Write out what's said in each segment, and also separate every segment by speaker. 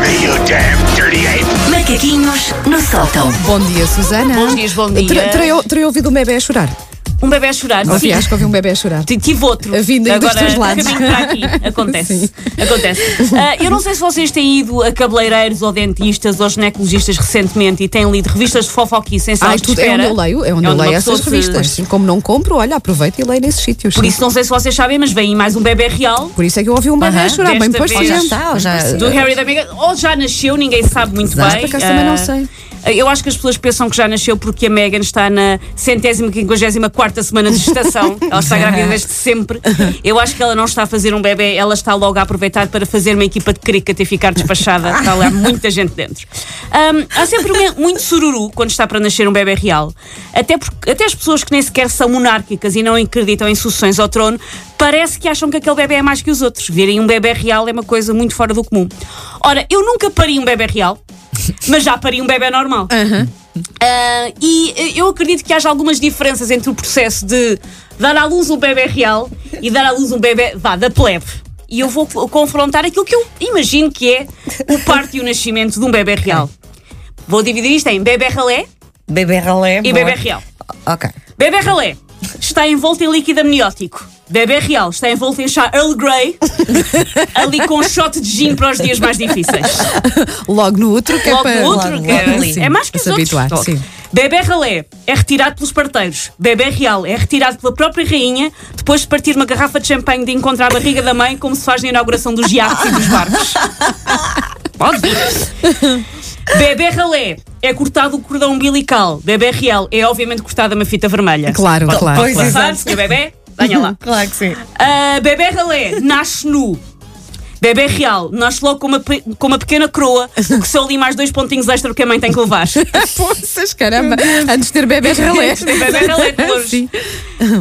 Speaker 1: me, you damn dirty ape!
Speaker 2: Macaquinhos no sótão.
Speaker 3: Bom dia, Susana.
Speaker 4: Bons dias, bom dia.
Speaker 3: Terei, terei- terei ouvido um bebê a chorar.
Speaker 4: Um bebê a chorar.
Speaker 3: Ouvi, acho que ouvi um bebê a chorar.
Speaker 4: T- Tive outro.
Speaker 3: A vinda aí dos
Speaker 4: Agora,
Speaker 3: teus lados.
Speaker 4: caminho para aqui. Acontece. Acontece. Ah, eu não sei se vocês têm ido a cabeleireiros ou dentistas ou ginecologistas recentemente e têm lido revistas de fofoquice sem salas
Speaker 3: Ai,
Speaker 4: de
Speaker 3: tudo, é
Speaker 4: Ah, espera.
Speaker 3: onde eu leio, é onde eu
Speaker 4: uma
Speaker 3: leio
Speaker 4: pessoa
Speaker 3: essas
Speaker 4: se-
Speaker 3: revistas. Como não compro, olha, aproveito e leio nesses sítios.
Speaker 4: Por isso, não sei se vocês sabem, mas vem mais um bebê real.
Speaker 3: Por isso é que eu ouvi um bebê a
Speaker 4: Aham,
Speaker 3: chorar, bem
Speaker 4: desta
Speaker 3: depois
Speaker 4: vez.
Speaker 3: sim.
Speaker 4: Já
Speaker 5: está, ou
Speaker 3: Ah,
Speaker 5: já-
Speaker 4: Do Harry da Meghan. Ou já nasceu, ninguém sabe muito
Speaker 3: Exato.
Speaker 4: bem.
Speaker 3: Por acaso também
Speaker 4: Ah,
Speaker 3: não sei.
Speaker 4: Eu acho que as pessoas pensam que já nasceu porque a Meghan está na centésima, quinquagésima quarta semana de gestação. ela está grávida desde sempre. Eu acho que ela não está a fazer um bebê, ela está logo a aproveitar para fazer uma equipa de cricket e ficar despachada. Está lá muita gente dentro. Ahm, há sempre um- muito sururu quando está para nascer um bebê real. Até, porque, até as pessoas que nem sequer são monárquicas e não acreditam em sucessões ao trono, parece que acham que aquele bebê é mais que os outros. Virem um bebê real é uma coisa muito fora do comum. Ora, eu nunca pari um bebê real, mas já pari um bebê normal. Ah, e eh, eu acredito que haja algumas diferenças entre o processo de dar à luz um bebê real e dar à luz um bebê vá, da plebe. E eu vou co- confrontar aquilo que eu imagino que é o parto e o nascimento de um bebê real. Vou dividir isto em bebê ralé
Speaker 5: Bebê ralé.
Speaker 4: e
Speaker 5: boa.
Speaker 4: bebê real.
Speaker 5: Ok.
Speaker 4: Bebê ralé está envolto em líquido amniótico. Bebê real está envolto em chá Earl Grey, ali com um shot de gin para os dias mais difíceis.
Speaker 3: Logo no outro, que é
Speaker 4: Logo
Speaker 3: para.
Speaker 4: outro,
Speaker 5: logo,
Speaker 4: que é,
Speaker 5: logo,
Speaker 3: sim,
Speaker 4: é mais que
Speaker 3: para
Speaker 4: os
Speaker 3: se
Speaker 4: outros.
Speaker 3: habituar,
Speaker 4: Logo.
Speaker 3: sim.
Speaker 4: Bebé ralé é retirado pelos parteiros. Bebé real é retirado pela própria rainha depois de partir uma garrafa de champanhe de encontrar a barriga da mãe, como se faz na inauguração dos iates e dos barcos. Pode vir. Bebé ralé é cortado o cordão umbilical. Bebé real é obviamente cortada uma fita vermelha.
Speaker 3: Claro, claro.
Speaker 5: Pois
Speaker 3: claro.
Speaker 5: é.
Speaker 4: Sabe-se que o bebé, venha lá.
Speaker 5: Claro que sim.
Speaker 4: Ah, bebê ralé nasce nu. Bebê real, nasce logo com uma, pe- com uma pequena croa, o que só ali mais dois pontinhos extra que a mãe tem que levar.
Speaker 3: Poças, caramba, antes de ter bebês relé.
Speaker 4: Bebê ralé depois.
Speaker 3: Sim.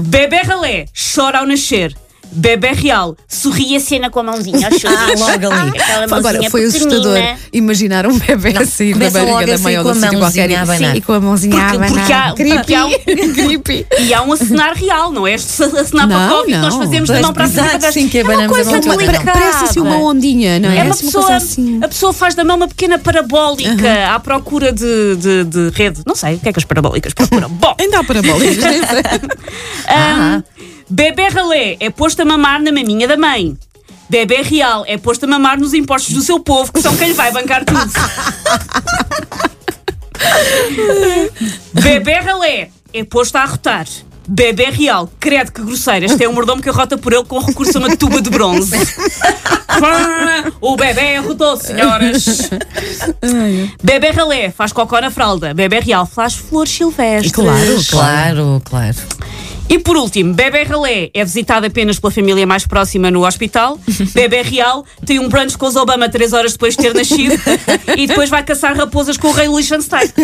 Speaker 4: Bebê ralé, chora ao nascer. Bebê real, sorri a cena com a mãozinha, aos
Speaker 5: Ah,
Speaker 4: chutes.
Speaker 5: logo ali.
Speaker 4: Aquela
Speaker 3: Agora
Speaker 4: mãozinha
Speaker 3: foi assustador
Speaker 4: pequenina.
Speaker 3: imaginar um bebê a sair da
Speaker 5: começa
Speaker 3: barriga
Speaker 5: logo
Speaker 3: da
Speaker 5: assim
Speaker 3: mãe ou
Speaker 5: com
Speaker 3: do
Speaker 5: a
Speaker 3: sítio
Speaker 5: mãozinha
Speaker 3: qualquer
Speaker 5: a
Speaker 3: e-
Speaker 5: abanar.
Speaker 3: e com a mãozinha a
Speaker 4: Porque- porque há-
Speaker 3: abanar.
Speaker 4: porque há um-
Speaker 3: creepy.
Speaker 4: E há um acenar real, não é? Este acenar para
Speaker 3: Não,
Speaker 4: Covid que nós
Speaker 3: não.
Speaker 4: fazemos da
Speaker 5: Pois,
Speaker 4: mão para a frente.
Speaker 5: exato,
Speaker 4: para trás.
Speaker 5: sim, que
Speaker 4: É uma
Speaker 5: abanamos a
Speaker 4: coisa
Speaker 5: mão toda.
Speaker 4: delicada.
Speaker 5: Não.
Speaker 3: Parece assim uma ondinha, não é?
Speaker 4: É uma
Speaker 3: Assim, uma
Speaker 4: pessoa,
Speaker 3: coisa assim.
Speaker 4: a pessoa faz da mão uma pequena parabólica à procura de, de- de rede. Não sei o que é que as parabólicas procuram. Bom,
Speaker 3: Ainda há é? parabólicas, nem sei.
Speaker 4: hum, bebê ralé é posto a mamar na maminha da mãe. Bebê real é posto a mamar nos impostos do seu povo, que são quem lhe vai bancar tudo. Bebê ralé é posto a arrotar. Bebê real, credo que grosseira. Este é um mordomo que arrota por ele com recurso a uma tuba de bronze. o bebê arrotou, senhoras. Bebê ralé faz cocó na fralda. Bebê real faz flores silvestres.
Speaker 5: Claro, claro, claro.
Speaker 4: E por último, Bebé Ralé é visitado apenas pela família mais próxima no hospital. Bebé Real tem um brunch com os Obama três horas depois de ter nascido e depois vai caçar raposas com o rei Liechtenstein. E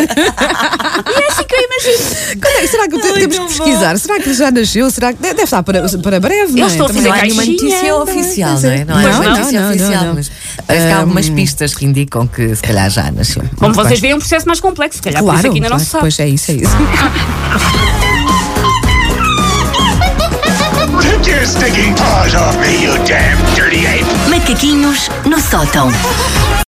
Speaker 4: é assim que eu imagino.
Speaker 3: Quando é- Será que te- temos que pesquisar? Será que ele já nasceu? Será que deve deve estar para, para breve? não é?
Speaker 4: estou a
Speaker 3: Também
Speaker 5: Não
Speaker 4: fazer
Speaker 3: não
Speaker 5: há
Speaker 3: é?
Speaker 5: nenhuma
Speaker 4: caixinha,
Speaker 5: notícia
Speaker 4: não é?
Speaker 5: oficial,
Speaker 3: Pois
Speaker 5: não é?
Speaker 3: é.
Speaker 5: Não há
Speaker 3: Pois
Speaker 5: uma
Speaker 3: não,
Speaker 5: notícia
Speaker 3: não, não,
Speaker 5: oficial,
Speaker 3: não.
Speaker 5: mas parece que há algumas pistas que indicam que se calhar já nasceu.
Speaker 4: Como vocês veem, é um processo mais complexo. Se calhar por isso
Speaker 3: Claro,
Speaker 4: aqui Ah, ainda
Speaker 3: claro,
Speaker 4: não se sabe.
Speaker 3: pois é isso, é isso.
Speaker 1: Take your stinking paws off me, you damn dirty ape!
Speaker 2: Macaquinhos no sótão.